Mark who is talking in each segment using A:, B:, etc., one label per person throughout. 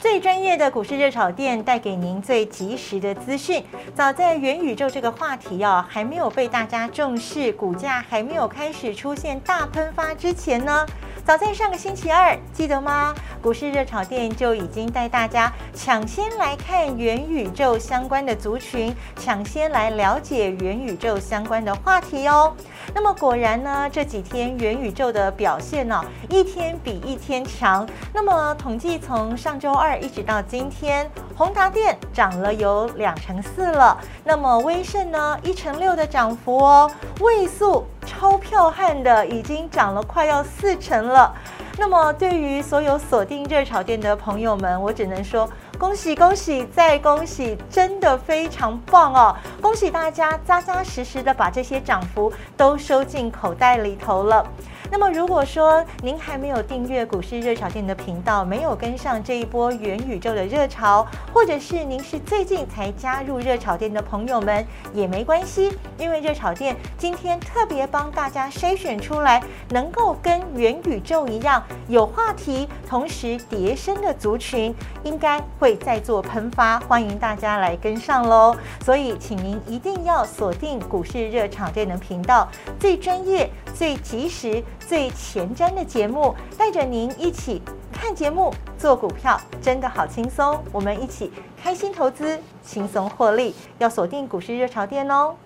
A: 最专业的股市热炒店带给您最及时的资讯。早在元宇宙这个话题哦还没有被大家重视，股价还没有开始出现大喷发之前呢，早在上个星期二，记得吗？股市热炒店就已经带大家抢先来看元宇宙相关的族群，抢先来了解元宇宙相关的话题哦。那么果然呢，这几天元宇宙的表现呢、一天比一天强。那么统计从上周二一直到今天，宏达电涨了有两成四了，那么威盛呢一成六的涨幅哦，位数超票悍的已经涨了快要四成了。那么对于所有锁定热炒店的朋友们，我只能说。恭喜恭喜再恭喜，真的非常棒哦！恭喜大家扎扎实实的把这些涨幅都收进口袋里头了。那么，如果说您还没有订阅股市热潮店的频道，没有跟上这一波元宇宙的热潮，或者是您是最近才加入热炒店的朋友们，也没关系，因为热炒店今天特别帮大家筛选出来能够跟元宇宙一样有话题，同时叠升的族群，应该会再做喷发，欢迎大家来跟上喽。所以，请您一定要锁定股市热炒店的频道，最专业、最及时。最前瞻的节目，带着您一起看节目、做股票，真的好轻松。我们一起开心投资，轻松获利。要锁定股市热潮店哦。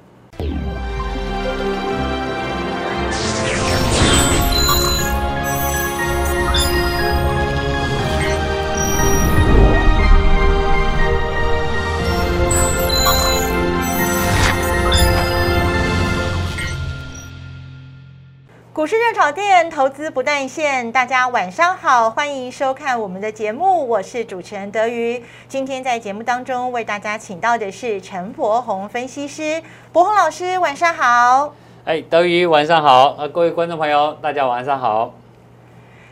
A: 股市热炒店投资不断线，大家晚上好，欢迎收看我们的节目，我是主持人德瑜。今天在节目当中为大家请到的是陈柏宏分析师，柏宏老师，晚上好。
B: 哎，德宇晚上好，呃，各位观众朋友，大家晚上好。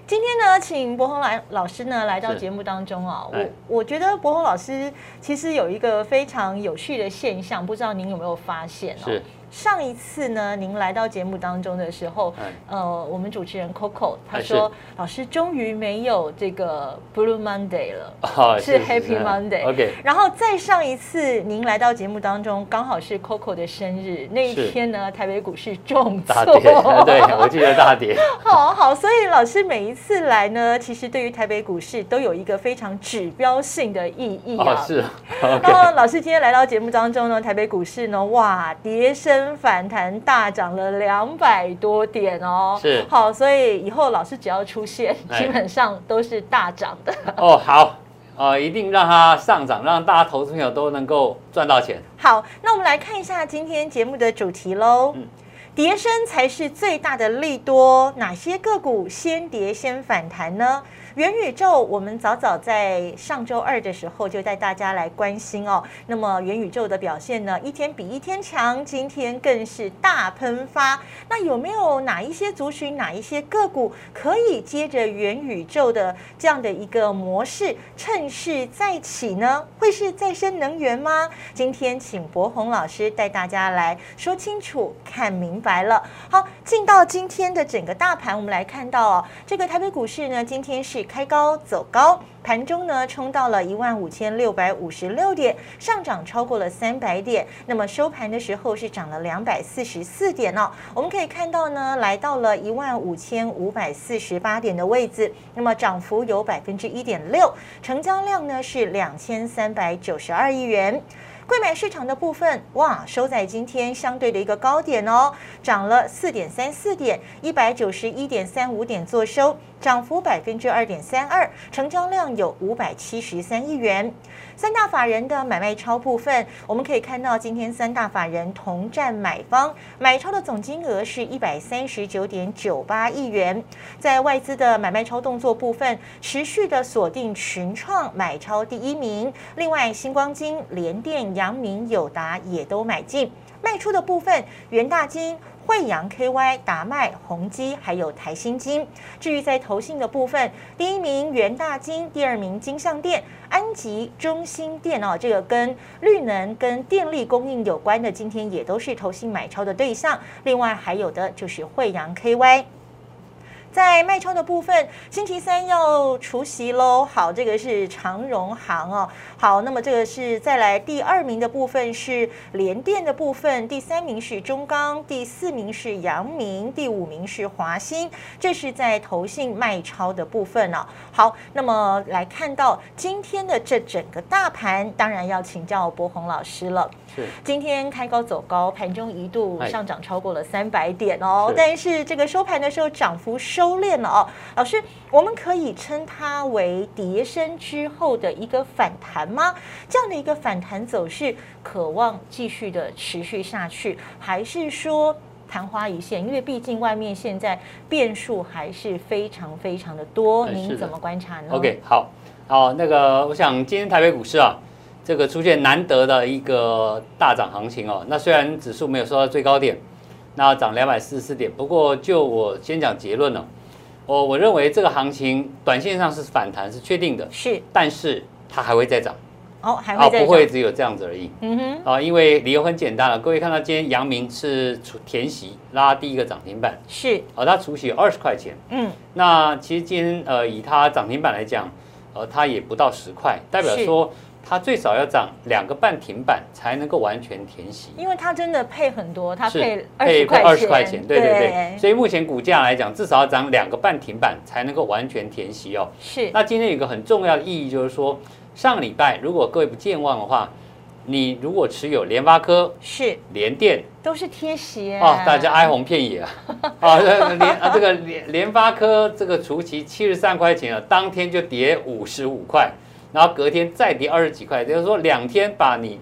A: 今天呢，请博宏来老师呢来到
B: 是
A: 节目当中啊，
B: 哎
A: 我我觉得博宏老师其实有一个非常有趣的现象，不知道您有没有发现哦
B: 是？
A: 上一次呢，您来到节目当中的时候
B: 哎，
A: 呃，我们主持人 Coco 他
B: 哎是
A: 说，老师终于没有这个 Blue Monday 了。
B: 啊
A: 是 Happy Monday。
B: OK，
A: 然后再上一次您来到节目当中，刚好是 Coco 的生日那一
B: 是
A: 天呢，台北股市重
B: 大
A: 挫，
B: 跌，哎对，我记得大跌。
A: 好好，所以老师每一次来呢，其实对于台北股市都有一个非常指标性的意义
B: 哦
A: 啊。，
B: 是，OK，
A: 然后老师今天来到节目当中呢，台北股市呢，哇，跌升反弹，大涨了两百多点哦。
B: 是
A: 好，所以以后老师只要出现，
B: 哎
A: 基本上都是大涨的。
B: 哦，好，呃，一定让它上涨，让大家投资朋友都能够赚到钱。
A: 好，那我们来看一下今天节目的主题喽。
B: 嗯
A: 跌升才是最大的利多，哪些个股先跌先反弹呢？元宇宙，我们早早在上周二的时候就带大家来关心哦。那么元宇宙的表现呢，一天比一天强，今天更是大喷发。那有没有哪一些族群、哪一些个股可以接着元宇宙的这样的一个模式，趁势再起呢？会是再生能源吗？今天请博宏老师带大家来说清楚、看明白了。好，进到今天的整个大盘，我们来看到哦，这个台北股市呢，今天是开高走高，盘中呢冲到了一万五千六百五十六点，上涨超过了三百点。那么收盘的时候是涨了两百四十四点哦。我们可以看到呢，来到了一万五千五百四十八点的位置，那么涨幅有百分之一点六，成交量呢是两千三百九十二亿元。贵买市场的部分，哇，收在今天相对的一个高点哦，涨了四点三四点，一百九十一点三五点做收，涨幅百分之二点三二，成交量有五百七十三亿元。三大法人的买卖超部分，我们可以看到今天三大法人同占买方，买超的总金额是一百三十九点九八亿元。在外资的买卖超动作部分，持续的锁定群创买超第一名，另外星光金、联电、阳明、友达也都买进。卖出的部分，元大金、惠阳 KY、达麦、宏基，还有台新金。至于在投信的部分，第一名元大金，第二名金象店、安吉、中兴电哦，这个跟绿能、跟电力供应有关的，今天也都是投信买超的对象。另外还有的就是惠阳 KY。在卖超的部分，星期三要除夕喽。好，这个是长荣行哦。好，那么这个是再来第二名的部分是联电的部分，第三名是中钢，第四名是阳明，第五名是华兴。这是在投信卖超的部分哦。好，那么来看到今天的这整个大盘，当然要请教博宏老师了。
B: 是
A: 今天开高走高，盘中一度
B: 哎
A: 上涨超过了三百点哦
B: 是，
A: 但是这个收盘的时候涨幅收敛了哦。老师，我们可以称它为跌升之后的一个反弹吗？这样的一个反弹走势，渴望继续的持续下去，还是说？昙花一现，因为毕竟外面现在变数还是非常非常的多，
B: 哎是
A: 您
B: 的
A: 怎么观察呢
B: OK，好，好，那个我想今天台北股市啊，这个出现难得的一个大涨行情哦。那虽然指数没有收到最高点，那涨两百四十四点，不过就我先讲结论哦，我我认为这个行情短线上是反弹是确定的，
A: 是
B: 但是它还会再涨，
A: 哦，还
B: 啊，
A: 会再
B: 不
A: 涨，
B: 会只有这样子而已。
A: 嗯哼，
B: 啊，因为理由很简单了，各位看到今天阳明是除填息拉第一个涨停板，
A: 是，
B: 啊，它除息二十块钱。
A: 嗯，
B: 那其实今天呃，以它涨停板来讲，呃，它也不到十块，代表
A: 是
B: 说它最少要涨两个半停板才能够完全填息。
A: 因为它真的配很多，它
B: 是
A: 配二
B: 配
A: 十
B: 配
A: 块
B: 二十块钱，对对对，
A: 对，
B: 所以目前股价来讲，至少要涨两个半停板才能够完全填息哦。
A: 是
B: 那今天有一个很重要的意义，就是说上个礼拜如果各位不健忘的话，你如果持有联发科、
A: 是
B: 联电
A: 都是贴鞋
B: 哦，大家哀鸿遍野啊！啊，这联啊这个联联发科这个除夕七十三块钱啊，当天就跌五十五块，然后隔天再跌二十几块，也就是说两天把你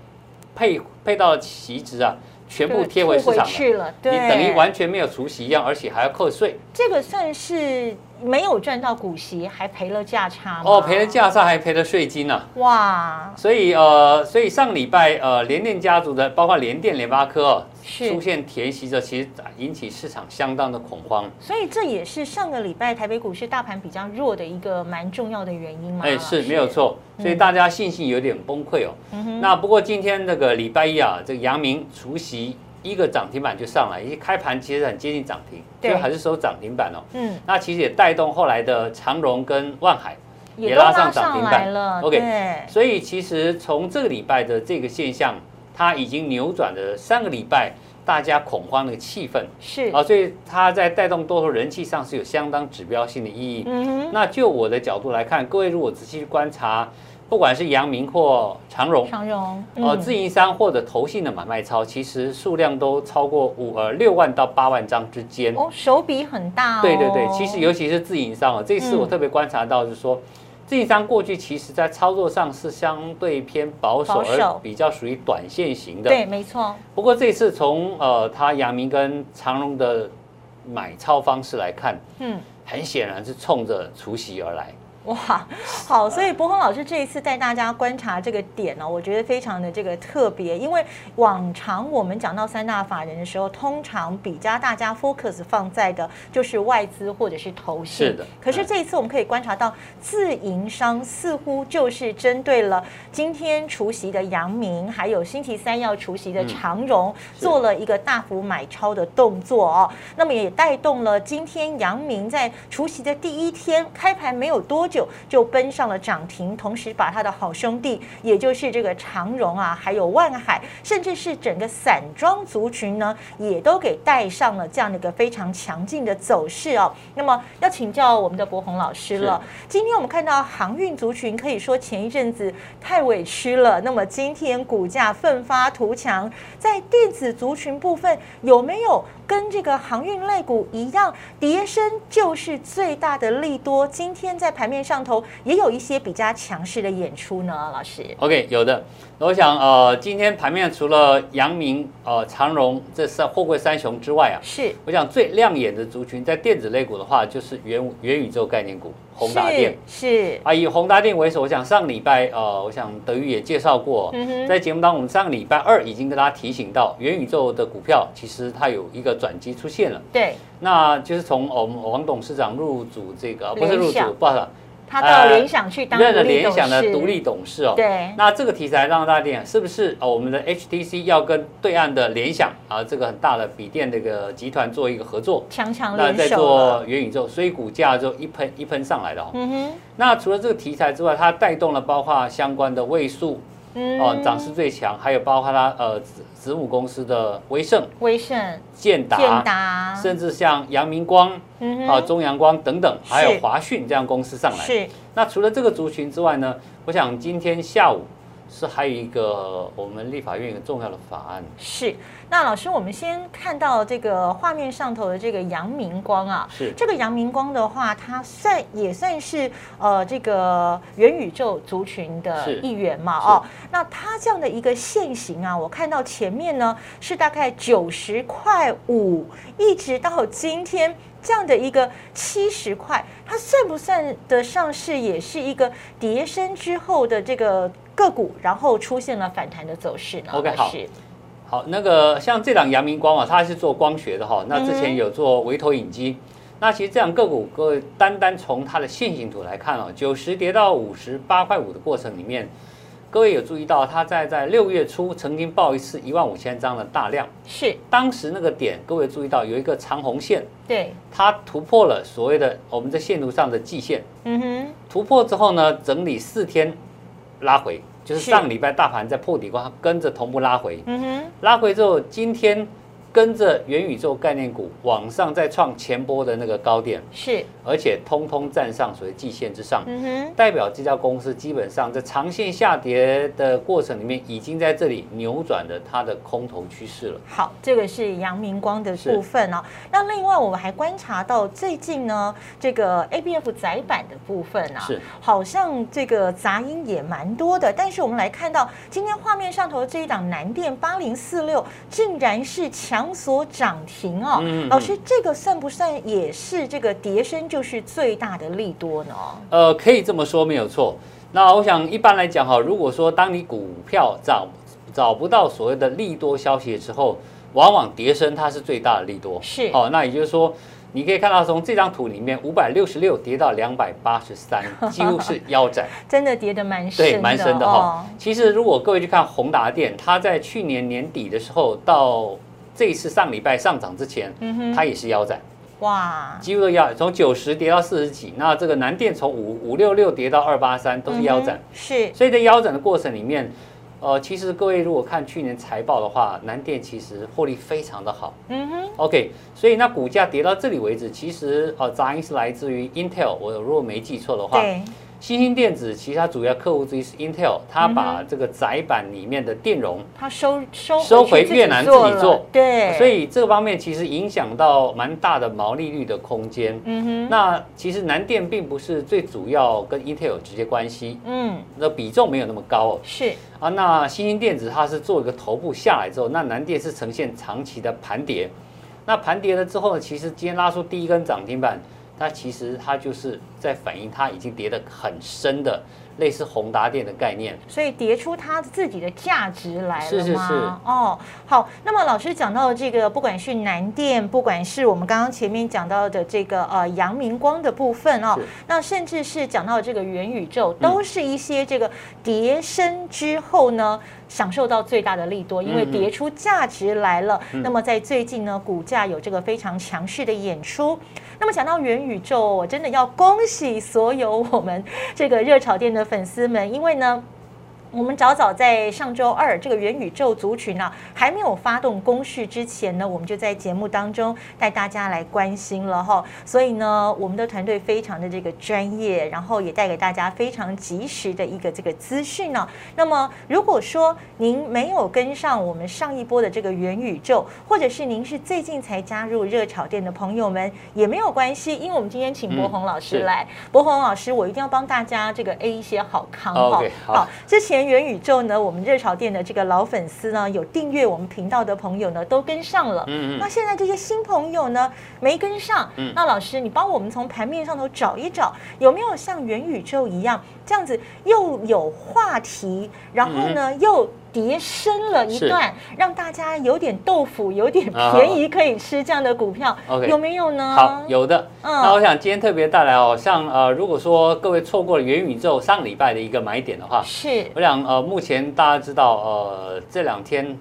B: 配配到的期值啊，全部
A: 就
B: 贴回市场了。
A: 去了，
B: 你
A: 对，
B: 等于完全没有除夕一样，而且还要扣税
A: 这个算是没有赚到股息，还赔了价差吗
B: 哦，赔了，价差还赔了税金呢、啊。
A: 哇，
B: 所以呃，所以上礼拜呃，联电家族的包括联电、联发科、哦、
A: 是
B: 出现填息的，其实引起市场相当的恐慌。
A: 所以这也是上个礼拜台北股市大盘比较弱的一个蛮重要的原因嘛，
B: 哎，
A: 老
B: 是
A: 师
B: 没有，错，所以大家信心有点崩溃哦。
A: 嗯哼，
B: 那不过今天那个礼拜一啊，这个阳明除夕一个涨停板就上来，一开盘其实很接近涨停，
A: 对
B: 就还是收涨停板哦。
A: 嗯，
B: 那其实也带动后来的长荣跟万海，也
A: 都
B: 拉
A: 拉
B: 上涨停板
A: 来了
B: OK
A: 对，
B: 所以其实从这个礼拜的这个现象，它已经扭转了上个礼拜大家恐慌的气氛
A: 是，
B: 啊，所以它在带动多头人气上是有相当指标性的意义。
A: 嗯哼，
B: 那就我的角度来看，各位如果仔细去观察，不管是阳明或长荣，
A: 长荣，
B: 呃，
A: 嗯
B: 自营商或者投信的买卖超，其实数量都超过五呃六万到八万张之间。
A: 哦，手笔很大哦，
B: 对对对，其实尤其是自营商啊，这次我
A: 嗯
B: 特别观察到，就是说，自营商过去其实在操作上是相对偏保守，
A: 保
B: 而
A: 守
B: 比较属于短线型的。
A: 对，没错，
B: 不过这次从呃他阳明跟长荣的买超方式来看，
A: 嗯。
B: 很显然是冲着除夕而来。
A: 哇， 好，所以博宏老师这一次带大家观察这个点哦呢、我觉得非常的这个特别，因为往常我们讲到三大法人的时候，通常比较大家 focus 放在的就是外资或者是投信，
B: 是的嗯
A: 可是这一次我们可以观察到，自营商似乎就是针对了今天除夕的阳明，还有星期三要除夕的长荣，
B: 是
A: 做了一个大幅买超的动作哦。那么也带动了今天阳明在除夕的第一天开盘没有多久就奔上了涨停，同时把他的好兄弟，也就是这个长荣啊，还有万海，甚至是整个散装族群呢，也都给带上了这样的一个非常强劲的走势哦。那么要请教我们的博宏老师了，今天我们看到航运族群可以说前一阵子太委屈了，那么今天股价奋发图强，在电子族群部分有没有跟这个航运类股一样，跌升就是最大的利多？今天在盘面上头也有一些比较强势的演出呢，老师
B: OK，有的。那我想，呃，今天盘面除了阳明、呃长荣这三货柜三雄之外啊，
A: 是
B: 我想最亮眼的族群在电子类股的话，就是元元宇宙概念股宏达
A: 是
B: 电
A: 是，
B: 啊。以宏达电为首，我想上礼拜呃，我想德瑜也介绍过，
A: 嗯哼
B: 在节目当中，我们上个礼拜二已经跟大家提醒到，元宇宙的股票其实它有一个转机出现了，
A: 对，
B: 呃那就是从我们王董事长入主这个，不是
A: 联
B: 入主
A: 想，
B: 不好意思啊，
A: 他到联想去当独
B: 任了
A: 立
B: 呃联
A: 董
B: 想的
A: 事，
B: 独立董事哦。
A: 对，
B: 那这个题材让大家点，是不是哦？我们的 HTC 要跟对岸的联想啊，这个很大的笔电这个集团做一个合作，
A: 强强
B: 那在
A: 联啊手了
B: 做元宇宙，所以股价就一喷一喷上来了哦。
A: 嗯哼，
B: 那除了这个题材之外，它带动了包括相关的位数
A: 嗯，
B: 哦，涨势最强，还有包括它呃子子母公司的威盛、
A: 威盛、
B: 健
A: 建
B: 达，
A: 达，
B: 甚至像阳明光
A: 嗯
B: 啊、中阳光等等，还有
A: 是
B: 华讯这样公司上来。
A: 是
B: 那除了这个族群之外呢，我想今天下午是还有一个我们立法院一个重要的法案，
A: 是。那老师，我们先看到这个画面上头的这个阳明光啊，
B: 是
A: 这个阳明光的话，它算也算是呃这个元宇宙族群的
B: 是
A: 一员嘛哦。那它这样的一个现形啊，我看到前面呢是大概九十块五，一直到今天这样的一个七十块，它算不算得上是也是一个跌升之后的这个个股，然后出现了反弹的走势呢
B: OK，
A: 老
B: 好
A: 师
B: 好，那个像这档阳明光啊，它是做光学的哈、那之
A: 嗯
B: 前有做微投影机。那其实这档个股，各位单单从它的线形图来看哦，九十跌到五十八块五的过程里面，各位有注意到它在在六月初曾经报一次一万五千张的大量，
A: 是
B: 当时那个点，各位注意到有一个长红线，
A: 对，
B: 它突破了所谓的我们在线图上的季线，
A: 嗯哼，
B: 突破之后呢，整理四天拉回，就是
A: 是
B: 上礼拜大盘在破底关，它跟着同步拉回。
A: 嗯哼，
B: 拉回之后，今天跟着元宇宙概念股往上再创前波的那个高点，
A: 是，
B: 而且通通站上所谓季线之上，
A: 嗯哼，
B: 代表这家公司基本上在长线下跌的过程里面，已经在这里扭转了它的空头趋势了。
A: 好，这个是阳明光的
B: 是
A: 部分啊。那另外我们还观察到最近呢，这个 ABF 窄板的部分啊，
B: 是
A: 好像这个杂音也蛮多的。但是我们来看到今天画面上头这一档南电八零四六，竟然是强锁涨停哦。
B: 嗯嗯嗯
A: 老师，这个算不算也是这个跌升就是最大的利多呢？
B: 呃，可以这么说没有错。那我想一般来讲哈，如果说当你股票找找不到所谓的利多消息之后，往往跌升它是最大的利多。
A: 是
B: 哦，那也就是说，你可以看到从这张图里面，五百六十六跌到两百八十 三，几乎是腰斩，
A: 真的跌得蛮深的，哦
B: 对，蛮深的哦哈、其实如果各位去看宏达电，它在去年年底的时候到这一次上礼拜上涨之前，
A: 嗯哼，
B: 它也是腰斩。
A: 哇，
B: 几乎都腰，从九十跌到四十几，那这个南电从五五六六跌到二八三，都是腰
A: 嗯。
B: 斩
A: 哼，是
B: 所以在腰斩的过程里面，呃，其实各位如果看去年财报的话，南电其实获利非常的好。
A: 嗯哼，
B: OK，所以那股价跌到这里为止，其实呃杂音是来自于 Intel，我如果没记错的话，
A: 对，
B: 新兴电子其实它主要客户之一是 Intel，它
A: 嗯
B: 把这个窄板里面的电容
A: 他收收
B: 收回
A: 去
B: 越南自己
A: 做了
B: 做
A: 对，
B: 所以这方面其实影响到蛮大的毛利率的空间。
A: 嗯哼，
B: 那其实南电并不是最主要跟 Intel 有直接关系，
A: 嗯
B: 那比重没有那么高哦。
A: 是
B: 啊，那新兴电子它是做一个头部下来之后，那南电是呈现长期的盘跌。那盘跌了之后呢，其实今天拉出第一根涨停板，它其实它就是在反映它已经跌得很深的，类似宏达电的概念。
A: 所以叠出它自己的价值来了吗？
B: 是是是
A: 哦，好。那么老师讲到这个，不管是南电，不管是我们刚刚前面讲到的这个呃阳明光的部分哦
B: 是，嗯
A: 那甚至是讲到这个元宇宙，都是一些这个叠升之后呢，享受到最大的利多，因为
B: 嗯嗯嗯
A: 叠出价值来了。那么在最近呢，股价有这个非常强势的演出。那么讲到元宇宙，我真的要恭喜所有我们这个热炒店的粉丝们，因为呢。我们早早在上周二，这个元宇宙族群呢、还没有发动攻势之前呢，我们就在节目当中带大家来关心了哈。所以呢，我们的团队非常的这个专业，然后也带给大家非常及时的一个这个资讯呢、啊那么如果说您没有跟上我们上一波的这个元宇宙，或者是您是最近才加入热炒店的朋友们，也没有关系，因为我们今天请博宏老师
B: 是
A: 来，博宏老师，我一定要帮大家这个 A 一些好康哈。
B: 哦 OK，好
A: 好之前元宇宙呢，我们热潮店的这个老粉丝呢，有订阅我们频道的朋友呢，都跟上了。
B: 嗯
A: 那现在这些新朋友呢，没跟上。
B: 嗯
A: 那老师，你帮我们从盘面上头找一找，有没有像元宇宙一样这样子，又有话题，然后呢、又跌升了一
B: 嗯是
A: 段，让大家有点豆腐、有点
B: 啊
A: 便宜可以吃这样的股票，
B: OK
A: 有没有呢？
B: 好，有的。
A: 嗯
B: 那我想今天特别带来哦，像呃，如果说各位错过了元宇宙上礼拜的一个买点的话，
A: 是
B: 我想呃，目前大家知道呃，这两天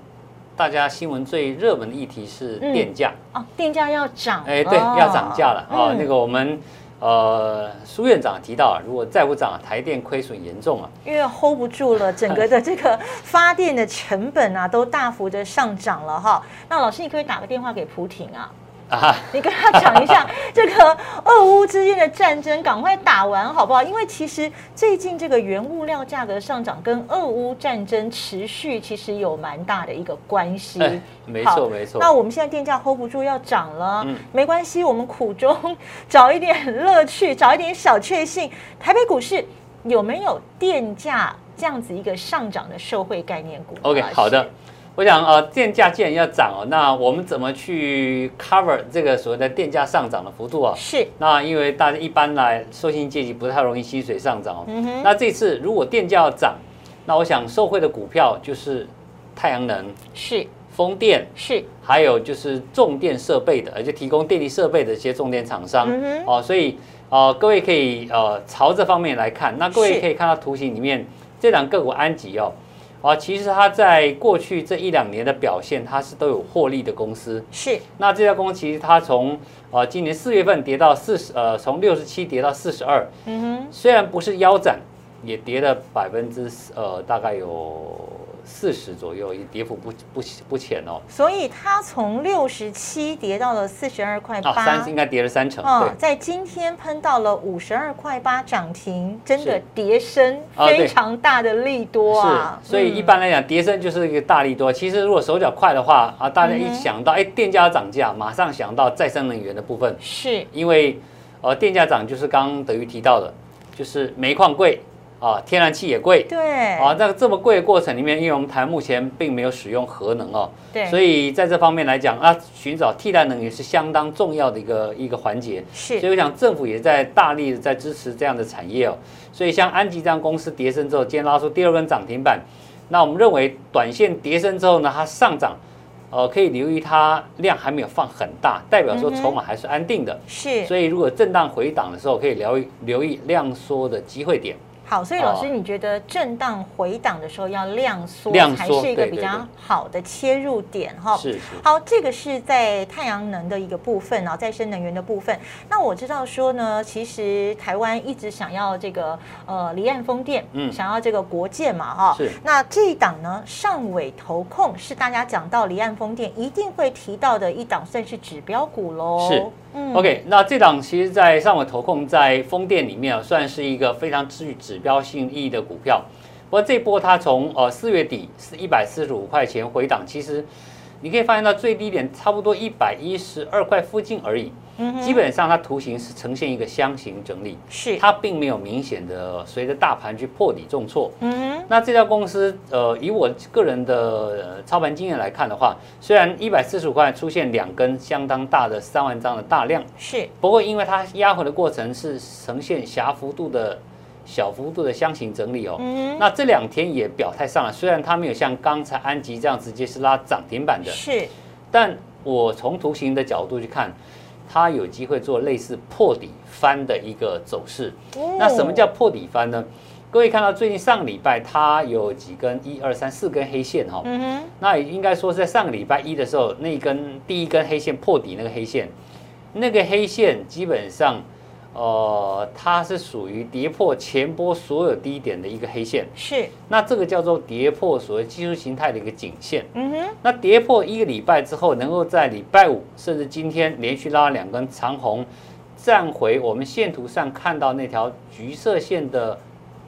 B: 大家新闻最热门的议题是
A: 嗯
B: 电价，
A: 哦，定价要涨，
B: 哎，对，
A: 哦
B: 要涨价了啊。
A: 嗯
B: 那个我们呃，苏院长提到啊，如果再不涨，台电亏损严重啊。
A: 因为 hold 不住了，整个的这个发电的成本啊，都大幅的上涨了哈。那老师，你可不可以打个电话给普挺啊，
B: 啊哈，
A: 你跟他讲一 下这个俄乌之间的战争，赶快打完好不好？因为其实最近这个原物料价格上涨跟俄乌战争持续其实有蛮大的一个关系。
B: 哎，没
A: 嗯好
B: 错没错。
A: 那我们现在电价 hold 不住要涨了，
B: 嗯
A: 没关系，我们苦中 找一点乐趣，找一点小确幸。台北股市有没有电价这样子一个上涨的社会概念股啊
B: OK，
A: 老师
B: 好的。我想呃，电价既然要涨哦，那我们怎么去 cover 这个所谓的电价上涨的幅度啊？
A: 是，
B: 那因为大家一般来受薪阶级不太容易薪水上涨哦。
A: 嗯哼，
B: 那这次如果电价要涨，那我想受惠的股票就是太阳能、
A: 是
B: 风电，
A: 是，
B: 还有就是重电设备的，而且提供电力设备的一些重电厂商
A: 嗯哼
B: 哦，所以呃，各位可以呃朝这方面来看。那各位
A: 是
B: 可以看到图形里面这两个股安吉哦，啊，其实它在过去这一两年的表现，它是都有获利的公司。
A: 是
B: 那这家公司其实它从呃今年四月份跌到四十呃从六十七跌到四十二，
A: 嗯哼，
B: 虽然不是腰斩，也跌了百分之呃大概有四十左右，也跌幅不不不浅哦。
A: 所以它从六十七跌到了四十二块
B: 啊，
A: 八
B: 三。应该跌了三成，
A: 嗯，
B: 对，
A: 在今天喷到了五十二块八涨停，真的
B: 是
A: 跌升
B: 啊对
A: 非常大的利多啊！
B: 是，所以一
A: 嗯
B: 般来讲，跌升就是一个大利多。其实如果手脚快的话啊，大家
A: 嗯
B: 一
A: 哼
B: 想到哎电价要涨价，马上想到再生能源的部分，
A: 是
B: 因为呃电价涨就是刚刚德瑜提到的，就是煤矿贵啊，天然气也贵。
A: 对
B: 啊，那这么贵的过程里面，因为我们台目前并没有使用核能哦，
A: 对，
B: 所以在这方面来讲啊，寻找替代能源是相当重要的一个一个环节。所以
A: 是
B: 我想政府也在大力地在支持这样的产业哦。所以像安吉这样公司跌升之后，今天拉出第二根涨停板，那我们认为短线跌升之后呢，它上涨，呃，可以留意它量还没有放很大，代表说筹码还是安定的。
A: 嗯是
B: 所以如果震荡回档的时候，可以留意留意量缩的机会点。
A: 好，所以老师，
B: 哦
A: 你觉得震荡回档的时候要量缩，
B: 量
A: 才
B: 缩
A: 是一个
B: 对
A: 比
B: 对
A: 较
B: 对
A: 好的切入点哈。
B: 是是。
A: 好，这个是在太阳能的一个部分啊，再生能源的部分。那我知道说呢，其实台湾一直想要这个呃离岸风电，
B: 嗯
A: 想要这个国建嘛，哈。
B: 是
A: 那这一档呢，上尾投控是大家讲到离岸风电一定会提到的一档，算是指标股喽。
B: 是，
A: 嗯
B: OK，那这档其实，在上尾投控在风电里面啊，算是一个非常具指标性意义的股票。不过这波它从呃四月底是一百四十五块钱回档，其实你可以发现到最低点差不多一百一十二块附近而已。
A: 嗯哼
B: 基本上它图形是呈现一个箱型整理，
A: 是，
B: 它并没有明显的随着大盘去破底重挫。
A: 嗯哼，
B: 那这家公司，呃，以我个人的呃操盘经验来看的话，虽然一百四十五块出现两根相当大的三万张的大量。
A: 是
B: 不过因为它压回的过程是呈现狭幅度的小幅度的箱型整理哦。
A: 嗯哼，
B: 那这两天也表态上来，虽然它没有像刚才安吉这样直接是拉涨停板的，
A: 是。
B: 但我从图形的角度去看，它有机会做类似破底翻的一个走势。那什
A: 哦
B: 么叫破底翻呢？各位看到最近上礼拜它有几根一二三四根黑线哈、哦，
A: 嗯哼，
B: 那也应该说是在上个礼拜一的时候，那一根第一根黑线破底那个黑线，那个黑线基本上，呃，它是属于跌破前波所有低点的一个黑线，
A: 是，
B: 那这个叫做跌破所谓技术形态的一个颈线。
A: 嗯哼，
B: 那跌破一个礼拜之后，能够在礼拜五甚至今天连续拉两根长红，站回我们线图上看到那条橘色线的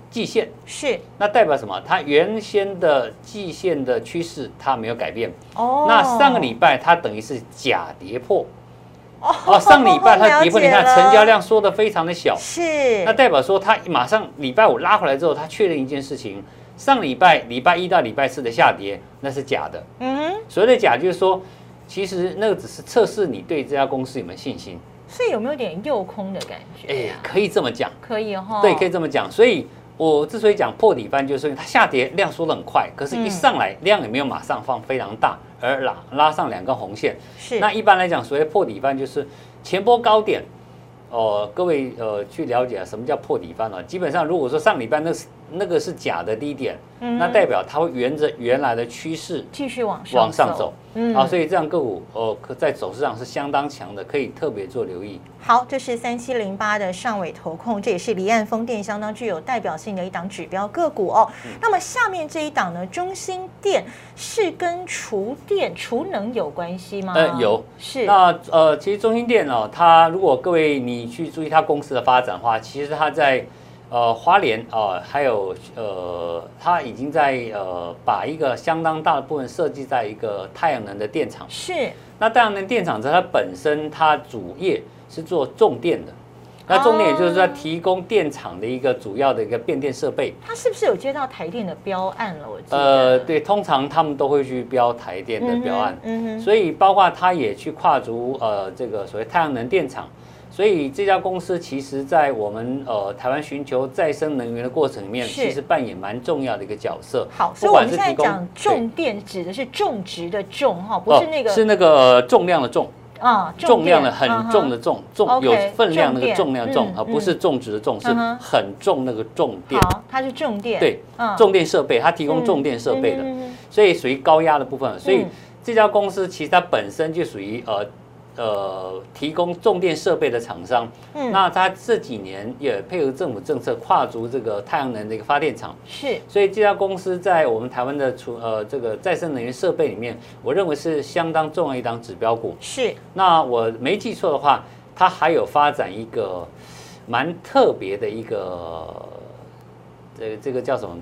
B: 季线，
A: 是
B: 那代表什么？它原先的季线的趋势它没有改变。
A: 哦。
B: 那上个礼拜它等于是假跌破
A: 哦
B: 哦，上礼拜它跌破，你
A: 了
B: 看
A: 解了
B: 成交量缩的非常的小，
A: 是
B: 那代表说它马上礼拜五拉回来之后，它确认一件事情，上礼拜礼拜一到礼拜四的下跌那是假的，
A: 嗯哼，
B: 所谓的假就是说，其实那个只是测试你对这家公司有没有信心，
A: 所以有没有点诱空的感觉？
B: 啊哎，可以这么讲，
A: 可以哈。
B: 对，可以这么讲，所以我之所以讲破底翻，就是因为它下跌量缩的很快，可是一
A: 嗯
B: 上来量也没有马上放非常大，而拉拉上两根红线。
A: 是
B: 那一般来讲，所谓破底翻就是前波高点。哦，各位呃，去了解啊什么叫破底翻了、基本上，如果说上礼拜那是那个是假的低点，
A: 嗯
B: 那代表它会沿着原来的趋势
A: 继续往上
B: 往上走。
A: 嗯
B: 啊，所以这样个股哦，可在走势上是相当强的，可以特别做留意。
A: 好，这是三七零八的上尾投控，这也是离岸风电相当具有代表性的一档指标个股哦。那么下面这一档呢，中兴电是跟厨电、储能有关系吗？
B: 呃有
A: 是
B: 那呃，其实中心店哦，它如果各位你去注意它公司的发展的话，其实它在呃花莲啊、呃还有呃，它已经在呃把一个相当大的部分设计在一个太阳能的电厂。
A: 是
B: 那太阳能电厂在它本身，它主业是做重电的。那重点就是在
A: 哦
B: 提供电厂的一个主要的一个变电设备，
A: 它是不是有接到台电的标案了？我记得
B: 呃，对，通常他们都会去标台电的标案，
A: 啊嗯哼，嗯哼
B: 所以包括它也去跨足呃这个所谓太阳能电厂，所以这家公司其实在我们呃台湾寻求再生能源的过程里面，
A: 是
B: 其实扮演蛮重要的一个角色。
A: 好，所
B: 不
A: 以我
B: 管
A: 们
B: 是
A: 现在
B: 提供
A: 讲
B: 对
A: 重电指的是种植的种哈，不
B: 哦
A: 是那个
B: 是那个重量的重，
A: 啊
B: 重量的
A: 电
B: 很
A: 嗯哼
B: 重的重，重
A: OK，
B: 有分量那
A: 重
B: 个
A: 电
B: 重量的重
A: 嗯
B: 啊，不是种植的重，是
A: 嗯哼
B: 很重那个重电。
A: 好，它是重电
B: 对，
A: 嗯
B: 重电设备，它提供重电设备的。所以属于高压的部分。所以
A: 嗯
B: 这家公司其实它本身就属于呃呃提供重电设备的厂商。
A: 嗯
B: 那它这几年也配合政府政策，跨足这个太阳能的一个发电厂。
A: 是
B: 所以这家公司在我们台湾的除呃这个再生能源设备里面，我认为是相当重要一档指标股。
A: 是
B: 那我没记错的话，它还有发展一个蛮特别的一个，这个这个叫什么？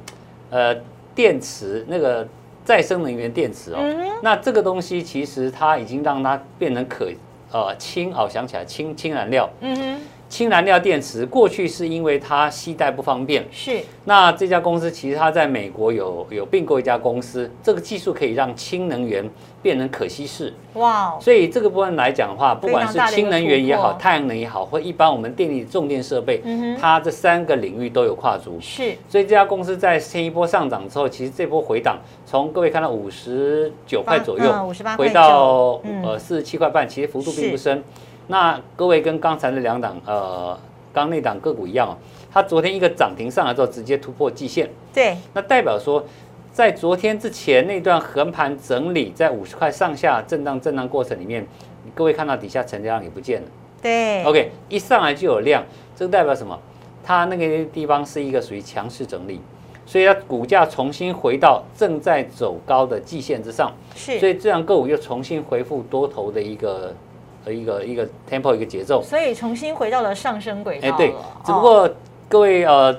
B: 呃，电池那个再生能源电池哦。
A: 嗯哼
B: 那这个东西其实它已经让它变成可呃氢哦，想起来氢氢燃料，
A: 嗯哼
B: 氢燃料电池过去是因为它携带不方便，
A: 是
B: 那这家公司其实它在美国有有并购一家公司，这个技术可以让氢能源变成可稀释。
A: 哇哦，
B: 所以这个部分来讲的话，不管是氢能源也
A: 非常大的一个突
B: 好，
A: 破
B: 太阳能也好，或一般我们电力重电设备
A: 嗯哼，
B: 它这三个领域都有跨足。
A: 是
B: 所以这家公司在前一波上涨之后，其实这波回档，从各位看到五十九块左右，
A: 五十八
B: 回到
A: 嗯
B: 呃四十七块半，其实幅度并
A: 是
B: 不深。那各位跟刚才的两档呃，刚那档个股一样哦，它昨天一个涨停上来之后，直接突破季线，
A: 对
B: 那代表说，在昨天之前那段横盘整理，在五十块上下震荡震荡过程里面，各位看到底下成交量也不见了。
A: 对
B: OK，一上来就有量，这个代表什么？它那个地方是一个属于强势整理，所以它股价重新回到正在走高的季线之上，
A: 是，
B: 所以这样个股又重新恢复多头的一个呃一个一个 tempo 一个节奏。
A: 所以重新回到了上升轨道
B: 哎，
A: 了。
B: 对，只不
A: 哦
B: 过各位呃，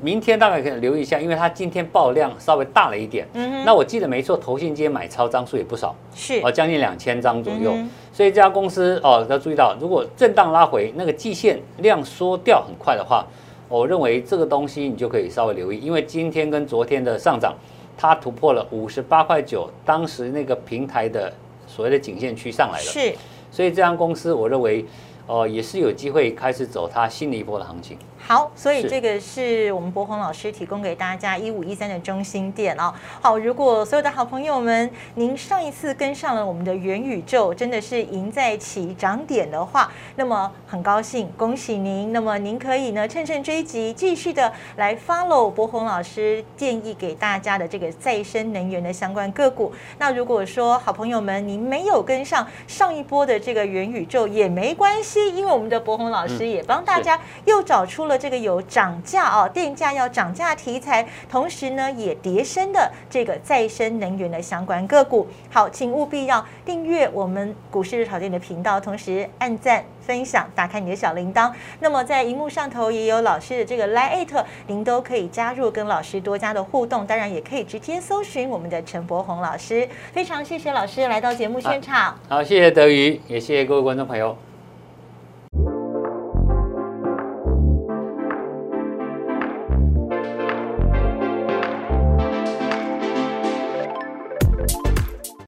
B: 明天大概可以留意一下，因为它今天爆量稍微大了一点。
A: 嗯哼
B: 那我记得没错，投信今天买超张数也不少，
A: 是
B: 哦，将近两千张左右
A: 嗯哼。
B: 所以这家公司哦，要注意到，如果震荡拉回，那个季线量缩掉很快的话，我认为这个东西你就可以稍微留意，因为今天跟昨天的上涨，它突破了五十八块九，当时那个平台的所谓的颈线区上来了。
A: 是
B: 所以这家公司，我认为。哦，也是有机会开始走它新的一波的行情。
A: 好，所以
B: 是
A: 这个是我们博宏老师提供给大家一五一三的中心店哦。好，如果所有的好朋友们，您上一次跟上了我们的元宇宙，真的是赢在起涨点的话，那么很高兴，恭喜您。那么您可以呢趁胜追击，继续的来 follow 博宏老师建议给大家的这个再生能源的相关个股。那如果说好朋友们您没有跟上上一波的这个元宇宙也没关系，因为我们的博宏老师也帮大
B: 是
A: 家。大家又找出了这个有涨价哦，电价要涨价题材，同时呢也叠升的这个再生能源的相关个股。好，请务必要订阅我们股市日炒店的频道，同时按赞、分享、打开你的小铃铛。那么在荧幕上头也有老师的这个 Line，您都可以加入跟老师多加的互动，当然也可以直接搜寻我们的陈柏宏老师。非常谢谢老师来到节目现场。
B: 好，谢谢德瑜，也谢谢各位观众朋友，